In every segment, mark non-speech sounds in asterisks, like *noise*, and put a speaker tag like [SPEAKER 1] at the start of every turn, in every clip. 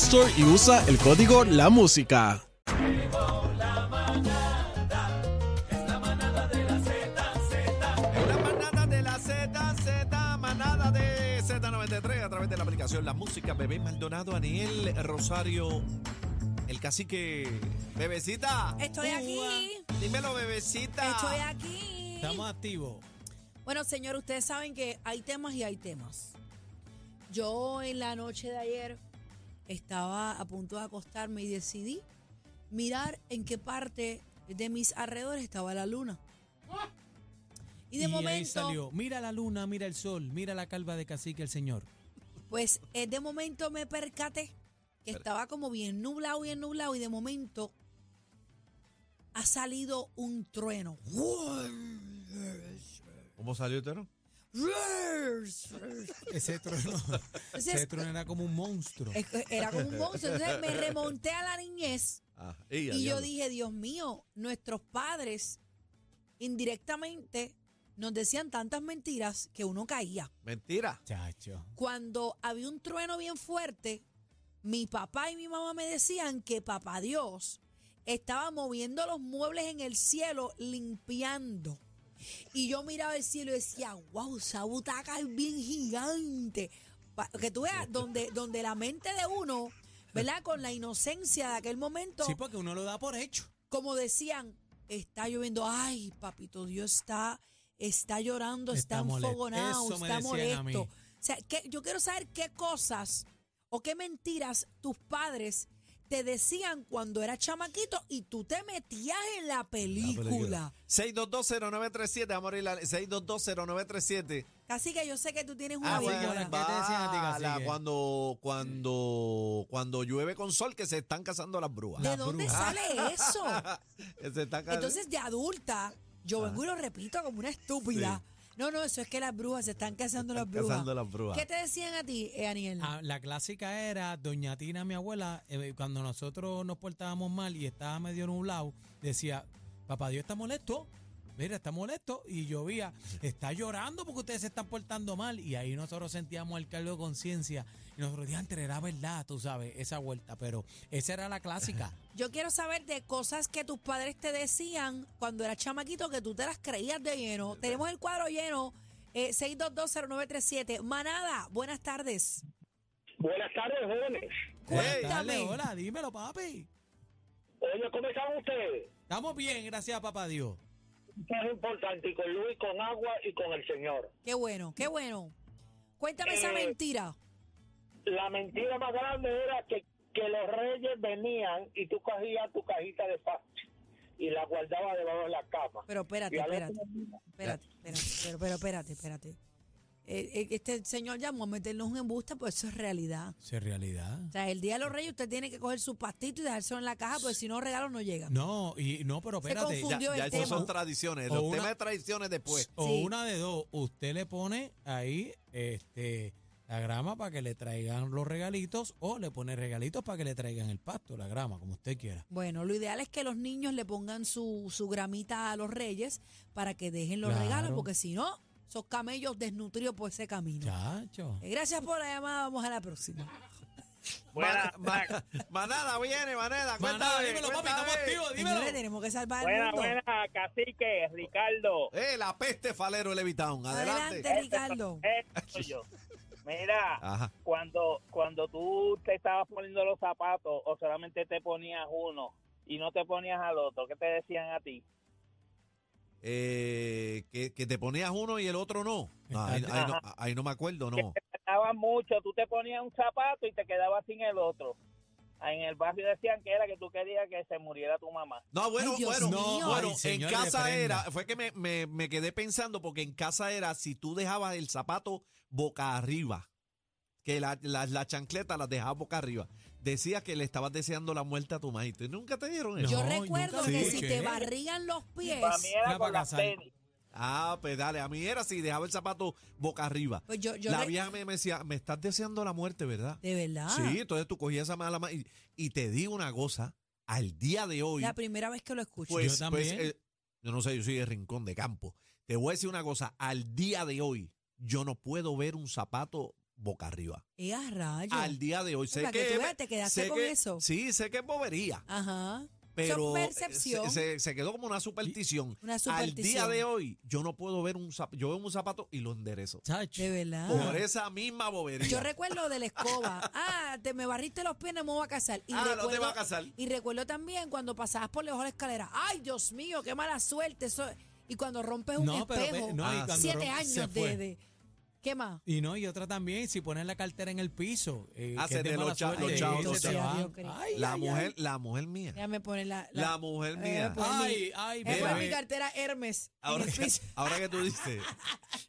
[SPEAKER 1] Store y usa el código La Música.
[SPEAKER 2] Manada de la Z, Z, manada de Z93 a través de la aplicación La Música, Bebé Maldonado, Aniel Rosario, el cacique. Bebecita.
[SPEAKER 3] Estoy
[SPEAKER 2] Ua.
[SPEAKER 3] aquí.
[SPEAKER 2] Dímelo, bebecita.
[SPEAKER 3] Estoy aquí.
[SPEAKER 4] Estamos activos.
[SPEAKER 3] Bueno, señor, ustedes saben que hay temas y hay temas. Yo en la noche de ayer estaba a punto de acostarme y decidí mirar en qué parte de mis alrededores estaba la luna. Y de
[SPEAKER 4] ahí
[SPEAKER 3] momento,
[SPEAKER 4] salió, mira la luna, mira el sol, mira la calva de cacique el señor.
[SPEAKER 3] pues eh, de momento me percaté que estaba como bien nublado, bien nublado y de momento ha salido un trueno.
[SPEAKER 2] ¿Cómo salió usted, no?
[SPEAKER 4] Ese trueno,
[SPEAKER 3] *laughs* Entonces,
[SPEAKER 4] ese trueno era como un monstruo.
[SPEAKER 3] Es que Era como un monstruo. Entonces me remonté a la niñez
[SPEAKER 2] Ah,
[SPEAKER 3] y yo dije, Dios mío, nuestros padres indirectamente nos decían tantas mentiras que uno caía.
[SPEAKER 2] Mentira.
[SPEAKER 4] Chacho.
[SPEAKER 3] Cuando había un trueno bien fuerte, mi papá y mi mamá me decían que papá Dios estaba moviendo los muebles en el cielo, limpiando. Y yo miraba el cielo y decía, wow, esa butaca es bien gigante. Pa- Que tú veas, donde, donde la mente de uno, ¿verdad? Con la inocencia de aquel momento,
[SPEAKER 4] Sí, porque uno lo da por hecho.
[SPEAKER 3] como decían, está lloviendo, ay, papito, Dios está, está llorando, está,
[SPEAKER 4] Está molesto.
[SPEAKER 3] enfogonado,
[SPEAKER 4] Eso me
[SPEAKER 3] está
[SPEAKER 4] decían a mí.
[SPEAKER 3] molesto. O sea, que, yo quiero saber qué cosas o qué mentiras tus padres te decían cuando eras chamaquito y tú te metías en la
[SPEAKER 2] Ah,
[SPEAKER 3] película.
[SPEAKER 2] 6220937, vamos a abrir la 6220937.
[SPEAKER 3] Así que yo sé que tú tienes una
[SPEAKER 2] Ah,
[SPEAKER 4] Así que
[SPEAKER 3] vida.
[SPEAKER 2] bueno,
[SPEAKER 4] ahora, ¿qué te decían a ti,
[SPEAKER 2] bala,
[SPEAKER 4] cacique?
[SPEAKER 2] cuando, cuando, cuando llueve con sol que se están cazando las brúas.
[SPEAKER 3] ¿De
[SPEAKER 4] La
[SPEAKER 3] dónde
[SPEAKER 4] bruja.
[SPEAKER 3] sale eso?
[SPEAKER 2] Que se están cazando-
[SPEAKER 3] Entonces, de adulta, yo vengo y lo repito como una estúpida. No, no, eso es que las brujas se están casando las brujas.
[SPEAKER 2] cazando las brujas.
[SPEAKER 3] ¿Qué te decían a ti, eh, Aniel?
[SPEAKER 4] Ah, la clásica era Doña Tina, mi abuela, eh, cuando nosotros nos portábamos mal y estaba medio nublado, decía, papá Dios está molesto, mira, está molesto, y llovía, está llorando porque ustedes se están portando mal, y ahí nosotros sentíamos el cargo de conciencia, y nosotros decíamos, antes era verdad, tú sabes, esa vuelta, pero esa era la
[SPEAKER 3] *laughs*
[SPEAKER 4] clásica.
[SPEAKER 3] Yo quiero saber de cosas que tus padres te decían cuando eras chamaquito que tú te las creías de lleno. Tenemos el cuadro lleno, eh, 6220937. Manada, buenas tardes.
[SPEAKER 5] Buenas tardes, jóvenes.
[SPEAKER 4] Buenas
[SPEAKER 2] Hey.
[SPEAKER 4] tardes,
[SPEAKER 3] Cuéntame.
[SPEAKER 4] hola, dímelo, papi.
[SPEAKER 5] Oye, ¿cómo están ustedes?
[SPEAKER 4] Estamos bien, gracias a papá Dios.
[SPEAKER 5] Esto es importante, y con luz, y con agua, y con el Señor.
[SPEAKER 3] Qué bueno, qué bueno. Cuéntame esa
[SPEAKER 5] Eh,
[SPEAKER 3] mentira.
[SPEAKER 5] La mentira más grande era que, que los reyes venían y tú cogías tu cajita de paz y la guardabas debajo de la cama.
[SPEAKER 3] Pero espérate,
[SPEAKER 5] Y al otro
[SPEAKER 3] espérate. Espérate, espérate, pero, pero espérate, espérate. Eh, eh, este señor llamó a meternos un embuste, pues eso es realidad.
[SPEAKER 4] ¿Es realidad?
[SPEAKER 3] O sea, el Día de los Reyes usted tiene que coger su pastito y dejárselo en la caja, porque si no, regalos no llegan.
[SPEAKER 4] No, y no, pero
[SPEAKER 3] Se
[SPEAKER 4] espérate.
[SPEAKER 2] Ya,
[SPEAKER 3] Fundió el
[SPEAKER 2] ya eso
[SPEAKER 3] tema.
[SPEAKER 2] son tradiciones.
[SPEAKER 4] O
[SPEAKER 2] Los
[SPEAKER 4] una-
[SPEAKER 2] temas de tradiciones después.
[SPEAKER 4] O
[SPEAKER 3] Sí.
[SPEAKER 4] una de dos, usted le pone ahí este la grama para que le traigan los regalitos o le pone regalitos para que le traigan el pasto, la grama, como usted quiera.
[SPEAKER 3] Bueno, lo ideal es que los niños le pongan su, su gramita a los reyes para que dejen los
[SPEAKER 4] Claro.
[SPEAKER 3] regalos, porque si no, esos camellos desnutridos por ese camino.
[SPEAKER 4] Chacho.
[SPEAKER 3] Eh, Gracias por la llamada, vamos a la próxima.
[SPEAKER 2] Mana-
[SPEAKER 4] *laughs*
[SPEAKER 2] ma- Manada viene, manada.
[SPEAKER 4] Manada,
[SPEAKER 2] cuéntame,
[SPEAKER 4] dímelo, papi,
[SPEAKER 2] cuéntame.
[SPEAKER 4] estamos activos, dímelo.
[SPEAKER 3] Señores, tenemos que salvar el
[SPEAKER 5] Buena,
[SPEAKER 3] mundo.
[SPEAKER 5] buena, cacique, Ricardo.
[SPEAKER 2] Eh, la peste falero de Levitown. Adelante.
[SPEAKER 3] Adelante, Ricardo.
[SPEAKER 5] Esto soy yo. Mira,
[SPEAKER 2] Ajá.
[SPEAKER 5] cuando, cuando tú te estabas poniendo los zapatos o solamente te ponías uno y no te ponías al otro, ¿qué te decían a ti?
[SPEAKER 2] Eh, que, que te ponías uno y el otro no. No, ahí, ahí no. ahí no me acuerdo, no.
[SPEAKER 5] Daba mucho, tú te ponías un zapato y te quedabas sin el otro. Ah, En el barrio decían que era que tú querías que se muriera tu mamá.
[SPEAKER 2] No, bueno,
[SPEAKER 3] Ay, Dios
[SPEAKER 2] bueno,
[SPEAKER 3] mío.
[SPEAKER 2] bueno,
[SPEAKER 4] Ay,
[SPEAKER 2] en
[SPEAKER 4] señor,
[SPEAKER 2] casa
[SPEAKER 4] reprenda.
[SPEAKER 2] era, fue que me, me- me quedé pensando porque en casa era si tú dejabas el zapato boca arriba, que la, la, la chancleta las dejabas boca arriba, decías que le estabas deseando la muerte a tu maíz. Nunca te dieron eso.
[SPEAKER 3] Yo
[SPEAKER 4] No,
[SPEAKER 3] recuerdo
[SPEAKER 4] nunca
[SPEAKER 3] que
[SPEAKER 4] lo
[SPEAKER 3] si
[SPEAKER 4] escuché.
[SPEAKER 3] te barrían los pies,
[SPEAKER 5] Para mí era
[SPEAKER 4] Era
[SPEAKER 5] con
[SPEAKER 4] para
[SPEAKER 5] las
[SPEAKER 4] casar.
[SPEAKER 5] tenis.
[SPEAKER 2] Ah, pues dale, a mí era si dejaba el zapato boca arriba.
[SPEAKER 3] pues yo, yo
[SPEAKER 2] la
[SPEAKER 3] re-
[SPEAKER 2] vieja me, me decía, me estás deseando la muerte, ¿verdad?
[SPEAKER 3] de verdad,
[SPEAKER 2] Sí, entonces tú cogías esa mala ma- y, y te digo una cosa, al día de hoy,
[SPEAKER 3] la primera vez que lo escucho.
[SPEAKER 2] pues,
[SPEAKER 4] Yo también.
[SPEAKER 2] pues, eh, yo no sé, yo soy de rincón de campo. Te voy a decir una cosa, al día de hoy, yo no puedo ver un zapato boca arriba.
[SPEAKER 3] y a rayos.
[SPEAKER 2] Al día de hoy, sé
[SPEAKER 3] Para que tú veas, te quedaste
[SPEAKER 2] sé
[SPEAKER 3] con
[SPEAKER 2] que-
[SPEAKER 3] eso.
[SPEAKER 2] Sí, sé que es bobería,
[SPEAKER 3] Ajá.
[SPEAKER 2] pero eh,
[SPEAKER 3] percepción.
[SPEAKER 2] Se, se- se quedó como una superstición.
[SPEAKER 3] Una
[SPEAKER 2] Al día
[SPEAKER 3] superstición.
[SPEAKER 2] de hoy, yo no puedo ver un zapato, yo veo un zapato y lo enderezo.
[SPEAKER 4] Chacho.
[SPEAKER 3] De verdad.
[SPEAKER 2] Por esa misma bobería.
[SPEAKER 3] Ah. Yo recuerdo de la escoba. Ah, te me barriste los pies, no me voy a casar. Y
[SPEAKER 2] ah,
[SPEAKER 3] recuerdo,
[SPEAKER 2] no te vas a casar.
[SPEAKER 3] Y recuerdo también cuando pasabas por lejos de la escalera. Ay, Dios mío, qué mala suerte. Eso... Y cuando rompes un
[SPEAKER 4] No, pero ve-
[SPEAKER 3] espejo.
[SPEAKER 4] no, y
[SPEAKER 2] Ah,
[SPEAKER 4] cuando
[SPEAKER 3] siete
[SPEAKER 4] Ron se
[SPEAKER 3] años
[SPEAKER 4] fue.
[SPEAKER 3] de, de- ¿Qué más?
[SPEAKER 4] Y no, y otra también, si pones la cartera en el piso. Eh,
[SPEAKER 2] Ah,
[SPEAKER 4] que
[SPEAKER 2] se
[SPEAKER 4] es de
[SPEAKER 2] te lo
[SPEAKER 4] mala
[SPEAKER 2] cha-
[SPEAKER 4] suerte,
[SPEAKER 2] lo chao,
[SPEAKER 4] eh,
[SPEAKER 2] lo
[SPEAKER 4] se te
[SPEAKER 2] chao.
[SPEAKER 4] va.
[SPEAKER 3] Dios querido.
[SPEAKER 4] Ay,
[SPEAKER 2] La
[SPEAKER 4] ay,
[SPEAKER 2] mujer, la mujer mía.
[SPEAKER 3] Déjame poner la.
[SPEAKER 2] La,
[SPEAKER 3] la...
[SPEAKER 2] mujer
[SPEAKER 3] eh,
[SPEAKER 2] mía.
[SPEAKER 3] pues,
[SPEAKER 4] Ay, ay,
[SPEAKER 3] Eh, fue mi
[SPEAKER 4] bebé.
[SPEAKER 3] cartera Hermes. en
[SPEAKER 2] Ahora
[SPEAKER 3] el
[SPEAKER 2] que, *laughs*
[SPEAKER 3] piso.
[SPEAKER 2] ahora que
[SPEAKER 3] *laughs*
[SPEAKER 2] tú dices,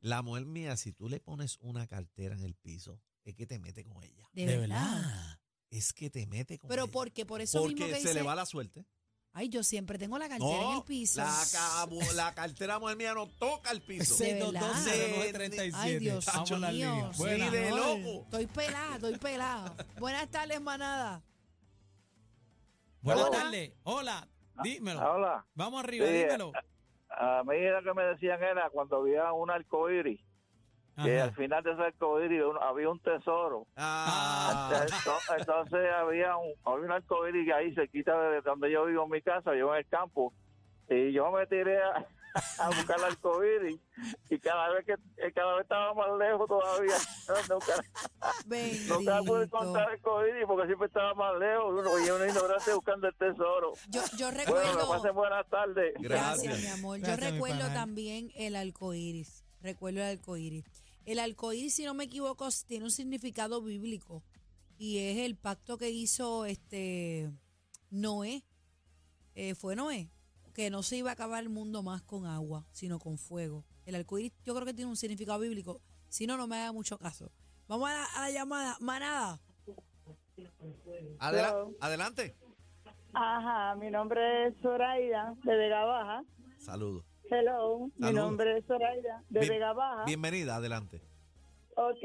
[SPEAKER 2] la mujer mía, si tú le pones una cartera en el piso, es que te mete con ella.
[SPEAKER 3] De,
[SPEAKER 4] De
[SPEAKER 3] verdad.
[SPEAKER 4] verdad.
[SPEAKER 2] Es que te mete con
[SPEAKER 3] Pero
[SPEAKER 2] ella.
[SPEAKER 3] porque por eso
[SPEAKER 2] Porque
[SPEAKER 3] mismo que
[SPEAKER 2] se
[SPEAKER 3] dice,
[SPEAKER 2] le va la suerte.
[SPEAKER 3] ay, yo siempre tengo la cartera en el piso.
[SPEAKER 2] La, cabo- la cartera de mujer mía no toca el piso.
[SPEAKER 3] Sí.
[SPEAKER 4] 6220937.
[SPEAKER 3] Ay, Dios
[SPEAKER 4] Vamos a la
[SPEAKER 3] mío.
[SPEAKER 4] línea.
[SPEAKER 3] sí,
[SPEAKER 4] Buena.
[SPEAKER 2] de
[SPEAKER 3] amor.
[SPEAKER 2] loco.
[SPEAKER 3] Estoy pelada, estoy pelada. Buenas tardes, manada.
[SPEAKER 4] Buenas
[SPEAKER 3] Hola.
[SPEAKER 4] tardes. Hola. Dímelo.
[SPEAKER 6] Hola,
[SPEAKER 4] Vamos arriba,
[SPEAKER 6] Sí,
[SPEAKER 4] dímelo.
[SPEAKER 6] a mí lo que me decían era cuando había un arcoíris, que
[SPEAKER 4] Ajá.
[SPEAKER 6] al final de ese arcoíris un- había un tesoro.
[SPEAKER 2] Ah,
[SPEAKER 6] Ento- Entonces había un, había un arcoíris ahí cerquita de donde yo vivo en mi casa, yo en el campo, y yo me tiré a, a buscar el arcoíris, y cada vez que eh, cada vez estaba más lejos todavía. *laughs* nunca, nunca pude
[SPEAKER 3] Bendito.
[SPEAKER 6] encontrar el arcoíris porque siempre estaba más lejos, uno, y uno ignorante buscando el tesoro.
[SPEAKER 3] Yo, yo
[SPEAKER 6] Bueno, que
[SPEAKER 3] recuerdo.
[SPEAKER 6] pasen buenas tardes.
[SPEAKER 3] Gracias,
[SPEAKER 2] Gracias.
[SPEAKER 3] mi amor.
[SPEAKER 4] Gracias,
[SPEAKER 3] Yo
[SPEAKER 4] mi
[SPEAKER 3] recuerdo
[SPEAKER 4] pana.
[SPEAKER 3] también el arcoíris. Recuerdo el arcoíris. El arcoíris, si no me equivoco, s- tiene un significado bíblico y es el pacto que hizo este Noé. Eh, fue Noé que no se iba a acabar el mundo más con agua, sino con fuego. El arcoíris, yo creo que tiene un significado bíblico. Si no, no me haga mucho caso. Vamos a la, a la llamada. Manada.
[SPEAKER 2] adela-
[SPEAKER 7] Hello.
[SPEAKER 2] adelante.
[SPEAKER 7] Ajá, mi nombre es Zoraida de Vega Baja.
[SPEAKER 2] Saludos.
[SPEAKER 7] Hello, mi
[SPEAKER 2] Saludos.
[SPEAKER 7] nombre es Zoraida de
[SPEAKER 2] Bien-
[SPEAKER 7] Vega Baja.
[SPEAKER 2] Bienvenida, adelante.
[SPEAKER 7] Ok,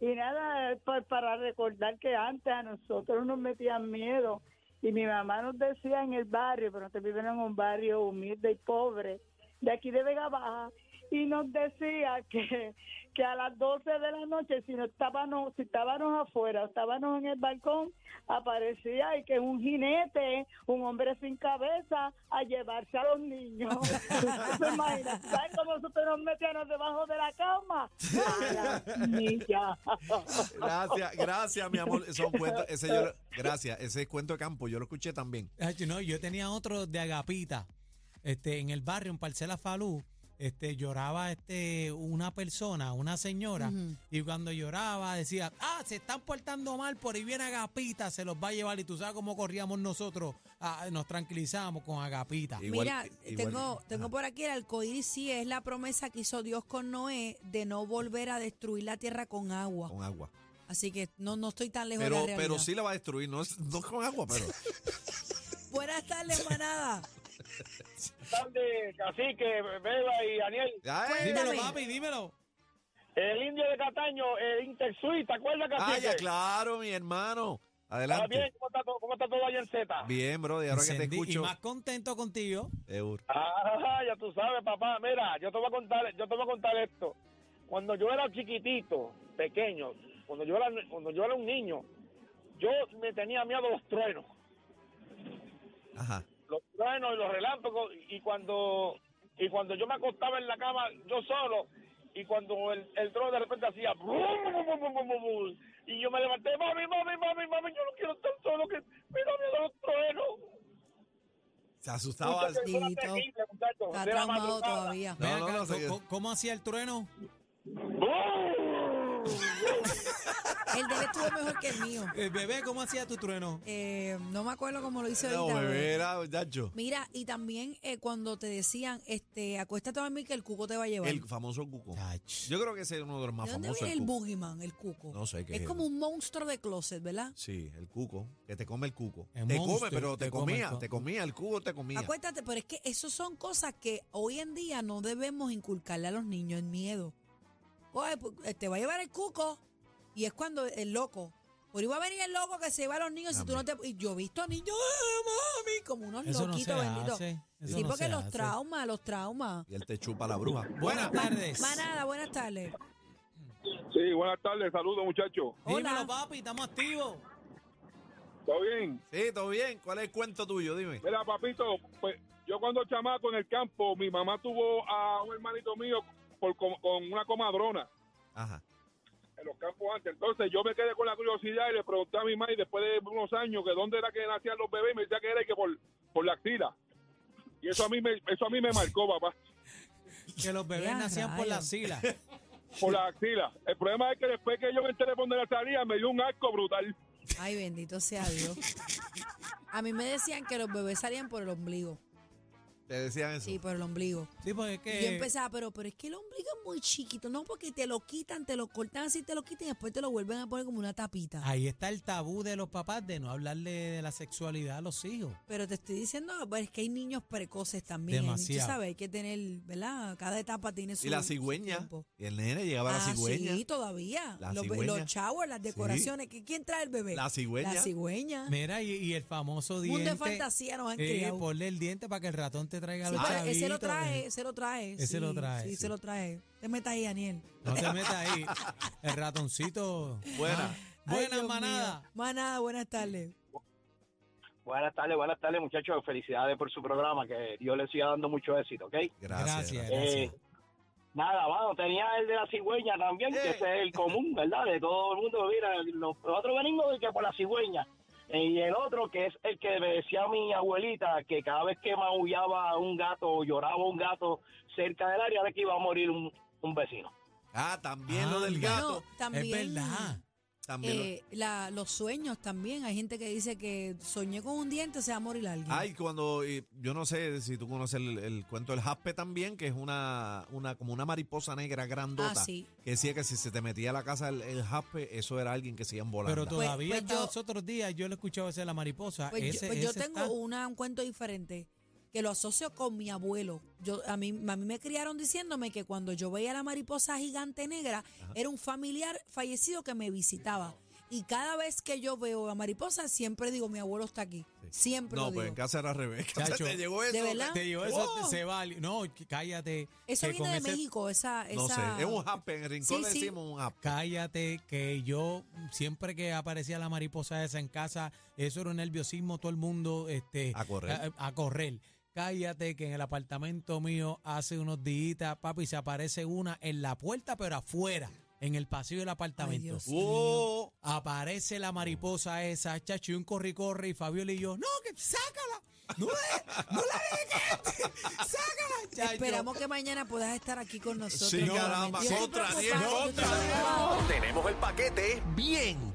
[SPEAKER 7] y nada, pa- para recordar que antes a nosotros nos metían miedo y mi mamá nos decía en el barrio, pero nosotros vivíamos en un barrio humilde y pobre, de aquí de Vega Baja, y nos decía que, que a las 12 de la noche, si no estábamos, si estábamos afuera o estábamos en el balcón, aparecía y que un jinete, un hombre sin cabeza, a llevarse a los niños. *laughs* ¿Se imagina? ¿Sabes cómo nosotros nos metíamos debajo de la cama? A la niña.
[SPEAKER 2] Gracias, gracias, mi amor. Son cuentos, ese yo lo- gracias, ese es cuento de campo, yo lo escuché también.
[SPEAKER 4] Ay, no, yo tenía otro de Agapita. Este, en el barrio, en Parcela Falú, este, lloraba este, una persona, una señora,
[SPEAKER 3] Ujú.
[SPEAKER 4] y cuando lloraba decía, ah, se están portando mal, por ahí viene Agapita, se los va a llevar. Y tú sabes cómo corríamos nosotros, Ah, nos tranquilizamos con Agapita.
[SPEAKER 2] Igual-
[SPEAKER 3] Mira,
[SPEAKER 2] igual-
[SPEAKER 3] tengo, tengo
[SPEAKER 2] Ajá.
[SPEAKER 3] por aquí el arcoíris, sí, es la promesa que hizo Dios con Noé de no volver a destruir la tierra con agua.
[SPEAKER 2] con agua.
[SPEAKER 3] Así que no, no estoy tan lejos
[SPEAKER 2] Pero,
[SPEAKER 3] de la realidad.
[SPEAKER 2] pero sí la va a destruir, no, es- no con agua, pero.
[SPEAKER 3] Buenas
[SPEAKER 2] *laughs*
[SPEAKER 3] tardes, manada.
[SPEAKER 5] Grande, Cacique, Beba y Daniel.
[SPEAKER 2] Ay,
[SPEAKER 4] Dímelo,
[SPEAKER 3] Cuéntame.
[SPEAKER 4] papi, dímelo.
[SPEAKER 5] El indio de Cataño, el Intersuite, ¿te acuerdas,
[SPEAKER 2] Ah,
[SPEAKER 5] Cacique?
[SPEAKER 2] ya, claro, mi hermano.
[SPEAKER 5] ¿Está
[SPEAKER 2] Adelante.
[SPEAKER 5] bien? ¿Cómo está todo, cómo está todo allá en Z?
[SPEAKER 2] Bien, brother, ahora que te
[SPEAKER 4] Encendí, Y
[SPEAKER 2] escucho. Eh,
[SPEAKER 4] más contento contigo.
[SPEAKER 2] Seguro.
[SPEAKER 5] Ah, ya tú sabes, papá. Mira, yo te voy a contar, yo te voy a contar esto. Cuando yo era chiquitito, pequeño, cuando yo era, cuando yo era un niño, yo me tenía miedo a los truenos,
[SPEAKER 2] Ajá.
[SPEAKER 5] los truenos y los relámpagos y cuando y cuando yo me acostaba en la cama yo solo y cuando el, el trono de repente hacía brum, brum, brum, brum, brum, brum, brum, y yo me levanté, mami, mami, mami, mami, yo no quiero estar solo, que mira, mira los truenos.
[SPEAKER 2] Se asustaba.
[SPEAKER 5] Muchachos, eso era
[SPEAKER 3] Dito.
[SPEAKER 5] terrible, muchachos,
[SPEAKER 3] Está
[SPEAKER 5] de la
[SPEAKER 3] traumado
[SPEAKER 5] madrugada.
[SPEAKER 3] todavía.
[SPEAKER 2] No,
[SPEAKER 4] Ven
[SPEAKER 2] no,
[SPEAKER 4] acá,
[SPEAKER 2] no sé
[SPEAKER 4] ¿cómo, cómo hacía el trueno?
[SPEAKER 5] ¡Brum!
[SPEAKER 3] El de él estuvo mejor que el mío.
[SPEAKER 4] Eh, bebé, ¿cómo hacía tu trueno?
[SPEAKER 3] Eh, no me acuerdo cómo lo hice
[SPEAKER 2] No,
[SPEAKER 3] ahorita. bebé.
[SPEAKER 2] bebé, era, muchacho.
[SPEAKER 3] Mira, y también eh, cuando te decían, este, acuéstate a dormir que el cuco te va a llevar.
[SPEAKER 2] El famoso cuco.
[SPEAKER 4] Chach.
[SPEAKER 2] Yo creo que ese es uno de los más
[SPEAKER 3] ¿De dónde
[SPEAKER 2] famosos.
[SPEAKER 3] viene
[SPEAKER 2] el
[SPEAKER 3] el
[SPEAKER 2] cuco.
[SPEAKER 3] boogeyman, el cuco?
[SPEAKER 2] No sé qué
[SPEAKER 3] es
[SPEAKER 2] es.
[SPEAKER 3] como un monstruo de closet, ¿verdad?
[SPEAKER 2] Sí, el cuco, que te come el cuco.
[SPEAKER 4] El
[SPEAKER 2] te
[SPEAKER 4] monster,
[SPEAKER 2] come, pero te,
[SPEAKER 4] te come el
[SPEAKER 2] comía,
[SPEAKER 4] cuco.
[SPEAKER 2] te comía, el cuco te comía.
[SPEAKER 3] Acuérdate, pero es que eso son cosas que hoy en día no debemos inculcarle a los niños el miedo. Oye, pues, te va a llevar el cuco y es cuando el loco. Por iba a venir el loco que se lleva a los niños si tú no te. Y yo he visto niños, ¡ah, mami, como unos
[SPEAKER 4] Eso no se
[SPEAKER 3] loquitos benditos.
[SPEAKER 4] hace. Eso
[SPEAKER 3] sí,
[SPEAKER 4] no
[SPEAKER 3] porque
[SPEAKER 4] se
[SPEAKER 3] los
[SPEAKER 4] hace.
[SPEAKER 3] traumas, los traumas.
[SPEAKER 2] Y él te chupa la bruja. Buena.
[SPEAKER 4] Buenas tardes.
[SPEAKER 3] Manada, buenas tardes.
[SPEAKER 5] Sí, buenas tardes, saludos muchachos.
[SPEAKER 4] Dímelo,
[SPEAKER 3] Hola.
[SPEAKER 4] papi, estamos activos.
[SPEAKER 5] ¿Está bien?
[SPEAKER 2] Sí, todo bien. ¿Cuál es el cuento tuyo? Dime.
[SPEAKER 5] Mira, papito, pues yo cuando chamaco en el campo, mi mamá tuvo a un hermanito mío por, con, con una comadrona
[SPEAKER 2] Ajá.
[SPEAKER 5] en los campos antes. Entonces yo me quedé con la curiosidad y le pregunté a mi madre después de unos años que dónde era que nacían los bebés y me decía que era y que por, por la axila. Y eso a mí me, eso a mí me marcó, papá,
[SPEAKER 4] Que los bebés
[SPEAKER 3] Ya,
[SPEAKER 4] nacían por
[SPEAKER 3] rayos.
[SPEAKER 4] las siglas.
[SPEAKER 5] por la axila. El problema es que después que yo me enteré por dónde salía, me dio un asco brutal.
[SPEAKER 3] Ay, bendito sea Dios. A mí me decían que los bebés salían por el ombligo.
[SPEAKER 2] Te decían eso.
[SPEAKER 3] Sí, por el ombligo.
[SPEAKER 4] Sí,
[SPEAKER 3] Y
[SPEAKER 4] porque es
[SPEAKER 2] Eh.
[SPEAKER 4] que.
[SPEAKER 3] yo empezaba, pero, pero es que el ombligo es muy chiquito. No, porque te lo quitan, te lo cortan así, te lo quitan y después te lo vuelven a poner como una tapita.
[SPEAKER 4] Ahí está el tabú de los papás de no hablarle de la sexualidad a los hijos.
[SPEAKER 3] Pero te estoy diciendo, pues, es que hay niños precoces también. Tú
[SPEAKER 4] Demasiado.
[SPEAKER 3] sabes, hay que tener, ¿verdad? Cada etapa tiene su
[SPEAKER 2] Y la
[SPEAKER 3] su
[SPEAKER 2] cigüeña.
[SPEAKER 3] tiempo.
[SPEAKER 2] Y el nene llegaba a la
[SPEAKER 3] Ah,
[SPEAKER 2] cigüeña.
[SPEAKER 3] sí, todavía.
[SPEAKER 2] La
[SPEAKER 3] los,
[SPEAKER 2] cigüeña.
[SPEAKER 3] los chavos, las decoraciones. que ¿Quién trae el bebé?
[SPEAKER 2] La cigüeña.
[SPEAKER 3] La cigüeña.
[SPEAKER 4] Mira, y, y el famoso diente.
[SPEAKER 3] Mundo de fantasía nos han
[SPEAKER 4] Eh,
[SPEAKER 3] criado.
[SPEAKER 4] ponle el diente para que el ratón te traiga
[SPEAKER 3] Sí,
[SPEAKER 4] los
[SPEAKER 3] pero ese lo
[SPEAKER 4] chavitos.
[SPEAKER 3] trae, ese lo trae.
[SPEAKER 4] Ese
[SPEAKER 3] sí,
[SPEAKER 4] lo trae,
[SPEAKER 3] Sí,
[SPEAKER 4] sí.
[SPEAKER 3] se lo trae. Te metas ahí, Daniel.
[SPEAKER 4] No te metas ahí. El ratoncito.
[SPEAKER 2] Buena.
[SPEAKER 3] Ay,
[SPEAKER 4] Buena
[SPEAKER 3] Dios
[SPEAKER 4] manada.
[SPEAKER 3] mío. Manada, buenas tardes.
[SPEAKER 8] Buenas tardes, buenas tardes, muchachos. Felicidades por su programa, que Dios les siga dando mucho éxito, ¿ok?
[SPEAKER 2] Gracias.
[SPEAKER 4] Gracias.
[SPEAKER 8] Eh, nada, mano, tenía el de la cigüeña también, que
[SPEAKER 2] Eh.
[SPEAKER 8] ese es el común, ¿verdad? De todo el mundo, mira, los, otros venimos de que por la cigüeña. Eh, y el otro, que es el que me decía mi abuelita, que cada vez que maullaba a un gato o lloraba un gato cerca del área, de que iba a morir un, un vecino.
[SPEAKER 2] Ah, también lo del
[SPEAKER 4] Anda.
[SPEAKER 2] gato.
[SPEAKER 3] Bueno, también.
[SPEAKER 4] Es verdad.
[SPEAKER 2] también lo-
[SPEAKER 3] eh, la- los sueños también. Hay gente que dice que soñé con un diente, se va a morir alguien.
[SPEAKER 2] Ay, cuando eh, yo no sé si tú conoces el, el cuento del jaspe también, que es una, una como una mariposa negra grandota.
[SPEAKER 3] Ah, sí.
[SPEAKER 2] Que decía que si se te metía a la casa el, el jaspe, eso era alguien que se iba en volando.
[SPEAKER 4] Pero todavía
[SPEAKER 3] pues
[SPEAKER 4] hasta
[SPEAKER 3] yo-
[SPEAKER 4] los otros días yo lo he escuchado ese de la mariposa.
[SPEAKER 3] Pues yo,
[SPEAKER 4] ese,
[SPEAKER 3] pues yo
[SPEAKER 4] ese
[SPEAKER 3] tengo
[SPEAKER 4] está-
[SPEAKER 3] una, un cuento diferente que lo asocio con mi abuelo. Yo, a, mí, a mí me criaron diciéndome que cuando yo veía la mariposa gigante negra, era un familiar fallecido que me visitaba. Y cada vez que yo veo la mariposa, siempre digo, mi abuelo está aquí. Siempre
[SPEAKER 2] no,
[SPEAKER 3] lo
[SPEAKER 2] pues en
[SPEAKER 3] digo.
[SPEAKER 2] casa era al revés. *laughs* En casa
[SPEAKER 4] Chacho.
[SPEAKER 2] te llegó eso.
[SPEAKER 3] ¿De verdad?
[SPEAKER 4] Te digo, eso
[SPEAKER 2] ¡Oh!
[SPEAKER 4] se va. No, que- cállate.
[SPEAKER 3] Eso
[SPEAKER 4] que
[SPEAKER 3] viene
[SPEAKER 4] con
[SPEAKER 3] de
[SPEAKER 4] ese-
[SPEAKER 3] México, esa...
[SPEAKER 2] No
[SPEAKER 3] esa-
[SPEAKER 2] sé, es un jaspe. En el rincón
[SPEAKER 3] Sí,
[SPEAKER 2] le
[SPEAKER 3] sí.
[SPEAKER 2] decimos un jaspe.
[SPEAKER 4] Cállate, que yo siempre que aparecía la mariposa esa en casa, eso era un nerviosismo, todo el mundo este,
[SPEAKER 2] A
[SPEAKER 3] Eh,
[SPEAKER 2] correr.
[SPEAKER 4] A, a correr. Cállate, que en el apartamento mío hace unos días, papi, se aparece una en la puerta, pero afuera, en el pasillo del apartamento.
[SPEAKER 3] Dios.
[SPEAKER 2] ¡Oh!
[SPEAKER 4] Aparece la mariposa esa, chacho, y un corri corre y Fabiola y yo, no, que sácala, no, le- no la dejes, *laughs* sácala, chacho.
[SPEAKER 3] Esperamos que mañana puedas estar aquí con nosotros.
[SPEAKER 2] Sí,
[SPEAKER 3] nuevamente.
[SPEAKER 2] caramba,
[SPEAKER 3] Yo estoy
[SPEAKER 2] otra,
[SPEAKER 3] preocupada,
[SPEAKER 2] Diego,
[SPEAKER 3] yo
[SPEAKER 2] otra.
[SPEAKER 3] estoy preocupada.
[SPEAKER 9] Tenemos el paquete bien